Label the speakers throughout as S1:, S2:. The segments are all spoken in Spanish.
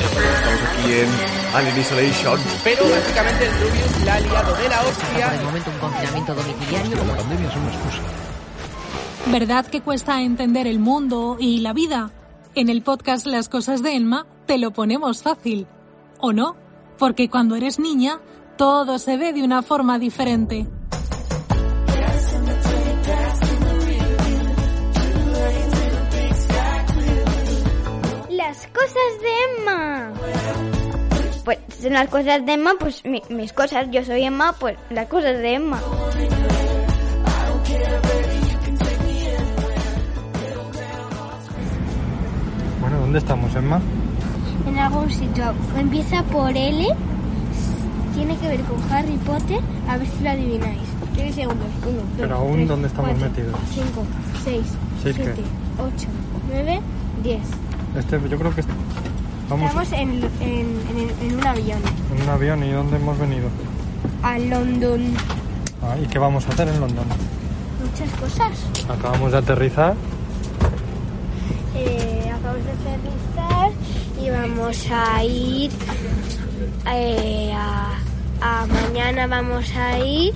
S1: Estamos aquí en Alien Isolation.
S2: Pero básicamente el Rubius la ha liado de la
S3: por el
S2: hostia.
S3: momento un confinamiento domiciliario
S1: La pandemia es una excusa.
S4: ¿Verdad que cuesta entender el mundo y la vida? En el podcast Las cosas de Elma te lo ponemos fácil. ¿O no? Porque cuando eres niña, todo se ve de una forma diferente.
S5: Las cosas de Emma. Pues son las cosas de Emma, pues mi- mis cosas, yo soy Emma, pues las cosas de Emma.
S1: Bueno, ¿dónde estamos, Emma?
S5: En algún sitio empieza por L, tiene que ver con Harry Potter, a ver si lo adivináis. 3 segundos, 1, 2,
S1: Pero aún, ¿dónde estamos metidos?
S5: 5, 6,
S1: ¿Seis qué?
S5: 7, 8, 9, 10.
S1: Este, yo creo que est- vamos
S5: Estamos en, en- en el- en un avión,
S1: en un avión y ¿dónde hemos venido?
S5: a London.
S1: Ah, ¿Y qué vamos a hacer en Londres?
S5: Muchas cosas.
S1: Acabamos de aterrizar.
S5: Eh, acabamos de aterrizar y vamos a ir eh, a, a- mañana vamos a ir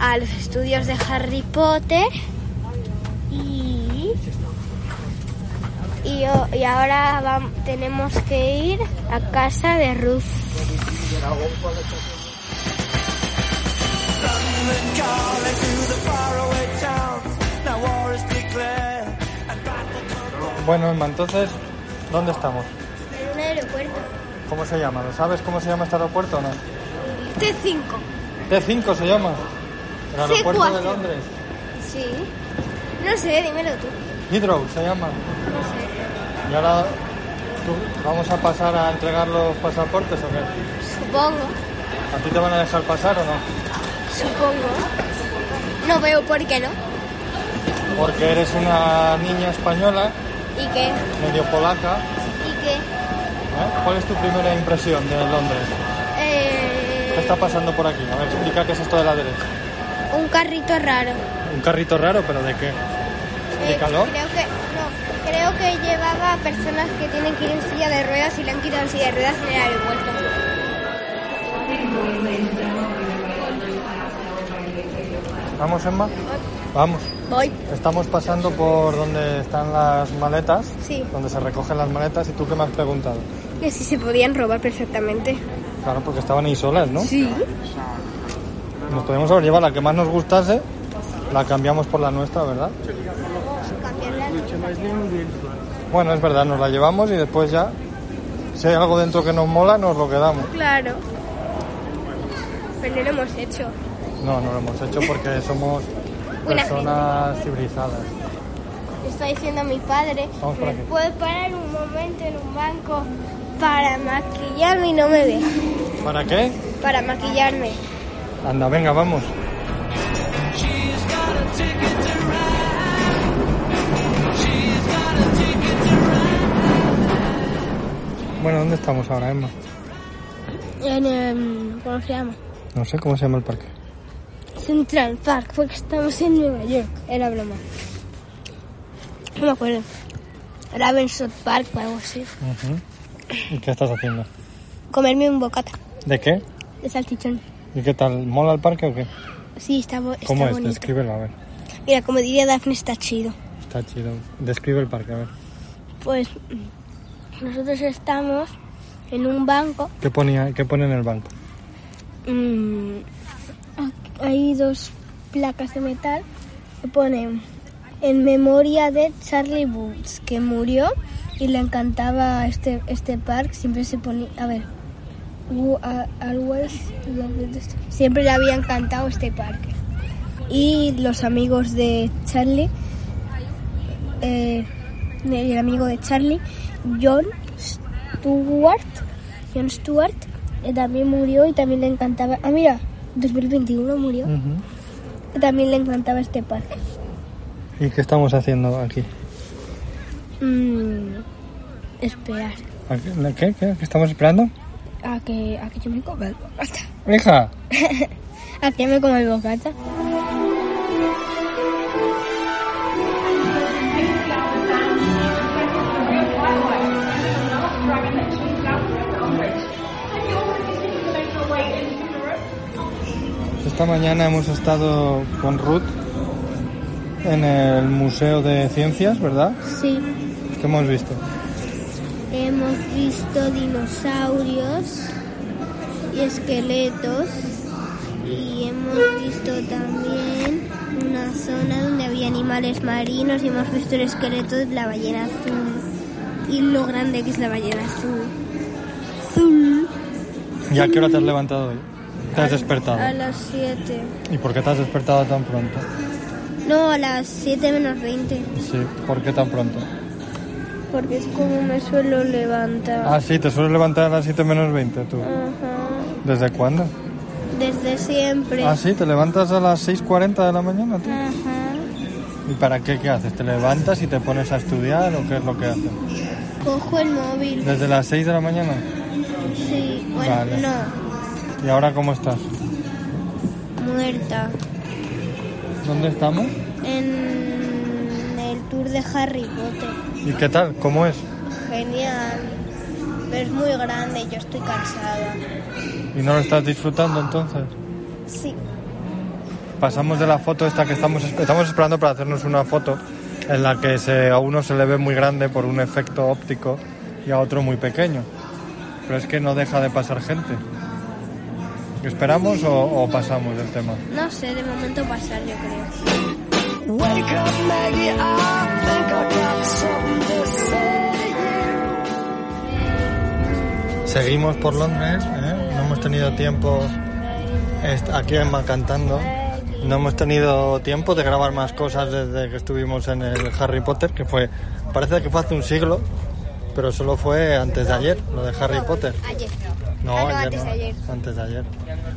S5: a los estudios de Harry Potter y y, o- y ahora vam- tenemos que ir a casa de Ruth.
S1: Bueno, Emma, entonces, ¿dónde estamos?
S5: En un aeropuerto.
S1: ¿Cómo se llama? ¿Lo sabes cómo se llama este aeropuerto o no?
S5: T5.
S1: T5 se llama. El aeropuerto de
S5: C4.
S1: Londres.
S5: Sí. No sé, dímelo tú.
S1: Heathrow se llama. Y ahora tú- vamos a pasar a entregar los pasaportes o qué?
S5: Supongo.
S1: ¿A ti te van a dejar pasar o no?
S5: Supongo. No veo por qué no.
S1: Porque eres una niña española,
S5: ¿Y qué?
S1: medio polaca.
S5: ¿Y qué?
S1: ¿eh? ¿Cuál es tu primera impresión de Londres? ¿Qué
S5: Eh,
S1: está pasando por aquí? A ver, explica qué es esto de la derecha.
S5: un carrito raro.
S1: Un carrito raro, pero ¿de qué? ¿De
S5: Eh,
S1: calor?
S5: Creo que, no, creo que llevaba a personas que tienen que ir en silla de ruedas y le han quitado en silla de ruedas en el aeropuerto.
S1: ¿Vamos, Emma? Vamos.
S5: Voy.
S1: Estamos pasando por donde están las maletas,
S5: Sí.
S1: donde se recogen las maletas. ¿Y tú qué me has preguntado?
S5: Que si se podían robar perfectamente.
S1: Claro, porque estaban ahí solas, ¿no?
S5: Sí.
S1: Nos podemos haber llevado la que más nos gustase, la cambiamos por la nuestra, ¿verdad? Bueno, es verdad, nos la llevamos y después ya, si hay algo dentro que nos mola, nos lo quedamos.
S5: Claro. Pero no lo hemos hecho.
S1: No, no lo hemos hecho porque somos
S5: Buena
S1: personas civilizadas.
S5: Le está diciendo a mi padre,
S1: Vamos por
S5: ¿me
S1: aquí.
S5: puede parar un momento en un banco para maquillarme? Y no me deja.
S1: ¿Para qué?
S5: Para maquillarme.
S1: Anda, venga, vamos. Bueno, ¿dónde estamos ahora, Emma?
S5: En, em, ¿Cómo se llama?
S1: No sé cómo se llama el parque.
S5: Central Park, porque estamos en Nueva York. Era broma. No me acuerdo. Ravenswood Park o algo así.
S1: ¿Y qué estás haciendo?
S5: Comerme un bocata
S1: ¿De qué?
S5: de salchichón.
S1: ¿Y qué tal? ¿Mola el parque o qué?
S5: Sí, está, bo- está
S1: ¿Cómo es?
S5: bonito.
S1: Descríbelo, a ver.
S5: Mira, como diría Daphne, está chido.
S1: Está chido. Describe el parque, a ver.
S5: Pues mm, nosotros estamos en un banco
S1: ¿Qué, ponía, qué pone en el banco?
S5: Mm, aquí hay dos placas de metal que ponen en memoria de Charlie Woods, que murió y le encantaba este, este parque. Siempre se ponía. A ver. Wu- a- always loved this- Siempre le había encantado este parque. Y los amigos de Charlie. eh, el amigo de Charlie, John, Stewart, John Stewart, eh, también murió y también le encantaba. Ah, mira, 2021 murió.
S1: Ujú.
S5: Y También le encantaba este parque.
S1: ¿Y qué estamos haciendo aquí?
S5: Mm, esperar
S1: ¿A qué- la- ¿Qué? ¿Qué? ¿Qué estamos esperando?
S5: a que, a que yo me coma el bocata.
S1: ¡Hija!
S5: A que me coma el bocata.
S1: Esta mañana hemos estado con Ruth en el Museo de Ciencias, ¿verdad?
S5: Sí,
S1: ¿Qué hemos visto?
S5: hemos visto dinosaurios y esqueletos y hemos visto también una zona donde había animales marinos y hemos visto el esqueleto de la ballena azul y lo grande que es la ballena azul. Azul.
S1: ¿Y a qué hora te has levantado hoy? ¿Te has despertado?
S5: A las 7.
S1: ¿Y por qué te has despertado tan pronto?
S5: No, a las 7 menos 20.
S1: Sí, ¿por qué tan pronto?
S5: Porque es como me suelo levantar.
S1: Ah, sí, te sueles levantar a las 7 menos 20 tú.
S5: Ajá.
S1: ¿Desde cuándo?
S5: Desde siempre.
S1: Ah, sí, te levantas a las 6.40 de la mañana tú.
S5: Ajá.
S1: ¿Y para qué qué haces? ¿Te levantas y te pones a estudiar o qué es lo que haces?
S5: Cojo el móvil.
S1: ¿Desde las 6 de la mañana?
S5: Sí, bueno,
S1: Vale.
S5: no,
S1: ¿Y ahora cómo estás?
S5: muerta.
S1: ¿Dónde estamos?
S5: En el tour de Harry Potter.
S1: ¿Y qué tal? ¿Cómo es?
S5: Genial. Pero es muy grande, yo estoy cansada.
S1: ¿Y no lo estás disfrutando entonces?
S5: Sí.
S1: Pasamos de la foto esta que estamos, estamos esperando para hacernos una foto en la que se- a uno se le ve muy grande por un efecto óptico y a otro muy pequeño. Pero es que no deja de pasar gente. ¿Esperamos o, o pasamos del tema?
S5: No sé, de momento pasar, yo creo.
S1: Seguimos por Londres, ¿eh? no hemos tenido tiempo est- aquí en Macantando. No hemos tenido tiempo de grabar más cosas desde que estuvimos en el Harry Potter, que fue, parece que fue hace un siglo, pero solo fue antes de ayer, lo de Harry Potter.
S5: Ayer.
S1: No,
S5: Ah, no,
S1: ayer
S5: antes
S1: no,
S5: de ayer.
S1: antes de ayer.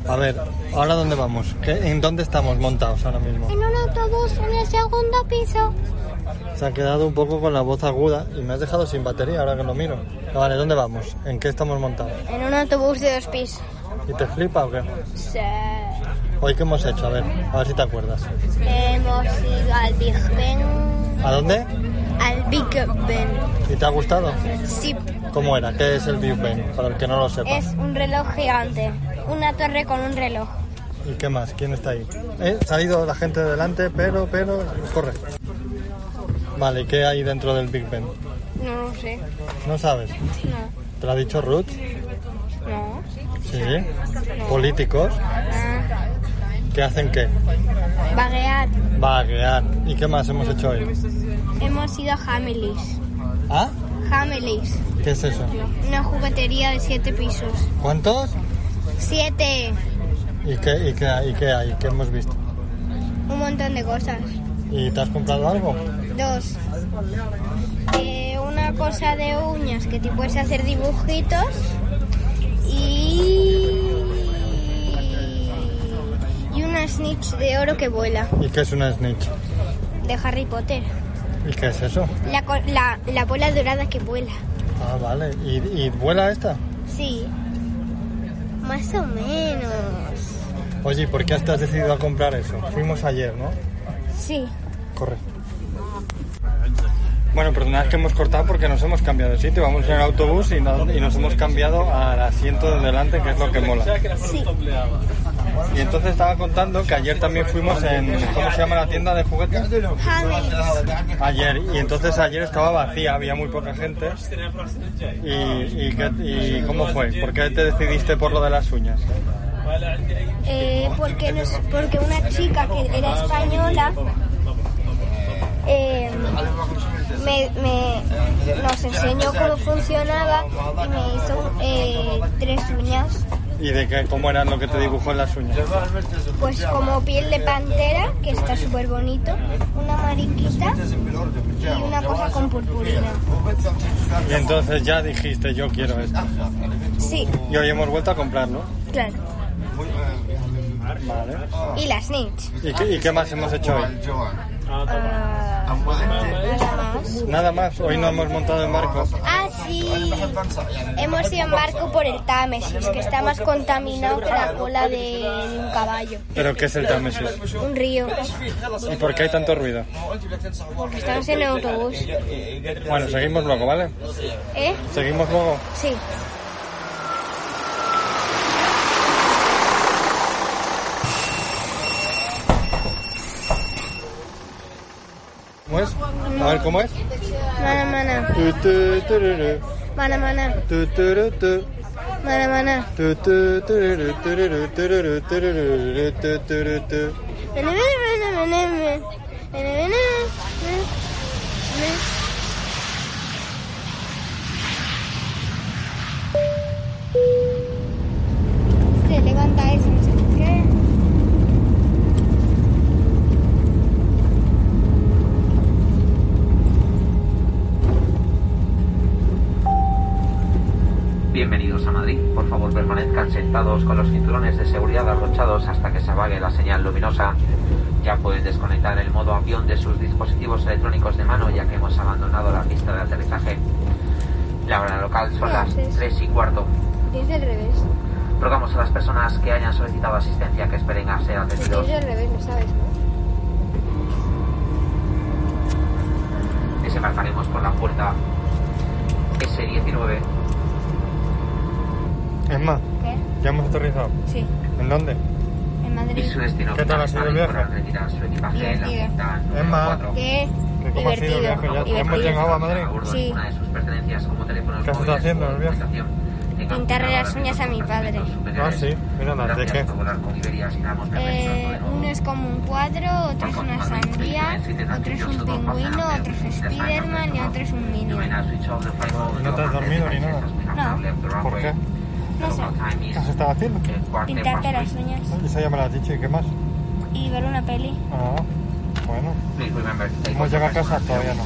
S1: A ver, ¿ahora dónde vamos? ¿Qué- ¿En dónde estamos montados ahora mismo?
S5: un autobús en el segundo piso.
S1: Se ha quedado un poco con la voz aguda y me has dejado sin batería ahora que lo miro. Vale, ¿dónde vamos? ¿En qué estamos montados?
S5: En un autobús de dos pisos.
S1: ¿Y te flipa o qué?
S5: Sí.
S1: Hoy qué hemos hecho, a ver, a ver si te acuerdas.
S5: Hemos ido al Big Ben.
S1: ¿A dónde?
S5: Al Big Ben.
S1: ¿Y te ha gustado?
S5: Sí.
S1: ¿Cómo era? ¿Qué es el Big Ben? Para el que no lo sepa.
S5: Es un reloj gigante, una torre con un reloj.
S1: ¿Y qué más? ¿Quién está ahí? ¿Eh? Se ha ido la gente de delante, pero, pero, corre. Vale, ¿y qué hay dentro del Big Ben?
S5: No lo sé.
S1: No sabes.
S5: No,
S1: ¿Te lo ha dicho Ruth?
S5: no.
S1: Sí. ¿Políticos?
S5: Ah,
S1: ¿Qué hacen qué?
S5: vaguear.
S1: Vaguear. ¿Y qué más hemos hecho hoy?
S5: Hemos ido a Hamelis.
S1: ¿Ah?
S5: Hamelis,
S1: ¿Qué es eso?
S5: una juguetería de siete pisos.
S1: ¿Cuántos?
S5: ¡Siete!
S1: ¿Y qué, y qué, y qué hay? ¿Qué hemos visto?
S5: Un montón de cosas.
S1: ¿Y te has comprado algo?
S5: Dos. Eh, una cosa de uñas que te puedes hacer dibujitos. Y. Y una snitch de oro que vuela,
S1: ¿Y qué es una snitch?
S5: de Harry Potter.
S1: ¿Y qué es eso?
S5: La, co- la, la bola dorada que vuela.
S1: Ah, vale. ¿Y, y vuela esta?
S5: Sí. Más o menos.
S1: Oye, ¿y ¿por qué has- te has decidido a comprar eso? Fuimos ayer, ¿no?
S5: Sí.
S1: Corre. Bueno, perdonad que hemos cortado porque nos hemos cambiado de sitio. Vamos en el autobús y, no- y nos hemos cambiado al asiento de delante, que es lo que mola. Y entonces estaba contando que ayer también fuimos en. ¿Cómo se llama la tienda de juguetes? Ayer. Y entonces ayer estaba vacía, había muy poca gente. ¿Y, y, qué- y cómo fue? ¿Por qué te decidiste por lo de las uñas?
S5: Eh, porque, nos, porque una chica que era española eh, me, me- nos enseñó cómo funcionaba y me hizo eh, tres uñas
S1: ¿Y de qué, cómo eran lo que te dibujó en las uñas?
S5: Pues como piel de pantera, que está súper bonito, una mariquita y una cosa con purpurina.
S1: Y entonces ya dijiste, yo quiero esto.
S5: Sí,
S1: Y hoy hemos vuelto a comprarlo.
S5: claro.
S1: Vale.
S5: Y las snitch.
S1: ¿Y qué, y qué más hemos hecho hoy?
S5: Ah, nada más.
S1: Nada más, hoy no hemos montado en barco.
S5: Ah, sí. Hemos ido en barco por el Támesis, que está más contaminado que la cola de un caballo.
S1: ¿Pero qué es el Támesis?
S5: Un río.
S1: ¿Y por qué hay tanto ruido?
S5: Porque estamos en el autobús.
S1: Bueno, seguimos luego, ¿vale?
S5: ¿Eh?
S1: Seguimos luego.
S5: Sí.
S1: ¿Cómo es? A ver, ¿cómo es?
S5: Mana, mana.
S1: Tu, tu, tururu,
S5: Mana, mana.
S1: tu, turu, tu.
S5: Mana, mana.
S1: Tu, tu, tururu, tururu, tururu, tururu, tu, turu, tu.
S5: Mana, mana, mana, mana, mana. Mana, mana, mana, mana. Se levanta eso, no sé qué.
S3: Bienvenidos a Madrid. Por favor, permanezcan sentados con los cinturones de seguridad abrochados hasta que se apague la señal luminosa. Ya pueden desconectar el modo avión de sus dispositivos electrónicos de mano ya que hemos abandonado la pista de aterrizaje. La hora local son
S5: ¿Qué
S3: las
S5: haces?
S3: 3 y cuarto.
S5: Es del revés.
S3: Rogamos a las personas que hayan solicitado asistencia que esperen a ser atendidos.
S5: del revés, lo sabes, ¿no?
S3: Desembarcaremos por la puerta S19.
S1: Es más,
S5: ¿Qué?
S1: ya hemos aterrizado.
S5: Sí,
S1: ¿En dónde?
S5: en
S3: Y
S5: Madrid.
S3: su destino
S1: ¿Qué tal ha
S3: final,
S1: sido el viaje?
S3: podrán retirar su equipaje en la
S5: Divertido.
S3: cinta número
S1: Emma.
S3: 4.
S5: ¿Qué?
S1: ¿Que ¿Cómo ha sido el viaje?
S5: Divertido.
S1: ¿Ya- ¿Ya hemos
S5: Divertido.
S1: llegado a Madrid?
S5: Sí.
S3: Una de sus pertenencias como teléfonos
S1: ¿Qué estás
S3: móviles
S1: haciendo,
S3: o
S1: Elvia?
S3: documentación. Tengan
S5: Pintarle
S3: cuidado
S5: las
S3: ahora
S5: uñas
S3: mismo
S5: a mi
S3: con
S5: padre.
S3: aspectos superiores.
S1: Ah, sí. Mira, ¿de
S3: Gracias
S1: qué?
S3: por volar con Iberia, sigamos perfeccionando
S5: Eh,
S3: de nuevo.
S5: uno es como un cuadro, otro es una sandía, otro es un pingüino, otro es Spiderman y otro es un minion.
S3: Luminal switch off the flight mode.
S1: ¿No te has dormido ni nada?
S5: No.
S1: ¿Por qué?
S5: No sé,
S1: ¿Qué has estado haciendo?
S5: pintarte las uñas
S1: Eso ya me lo has dicho, ¿y qué más?
S5: y ver una peli.
S1: Ah, bueno.
S3: ¿Hemos
S1: Hemos llegado a casa, todavía no.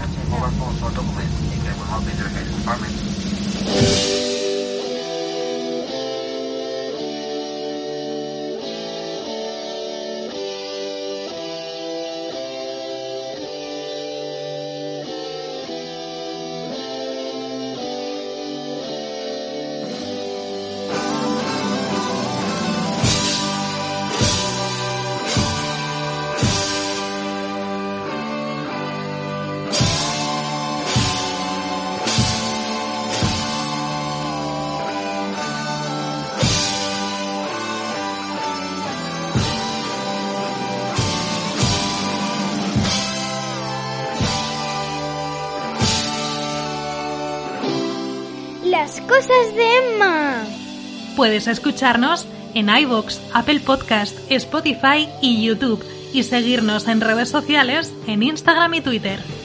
S5: Las cosas de Emma.
S4: Puedes escucharnos en iVoox, Apple Podcast, Spotify y YouTube y seguirnos en redes sociales en Instagram y Twitter.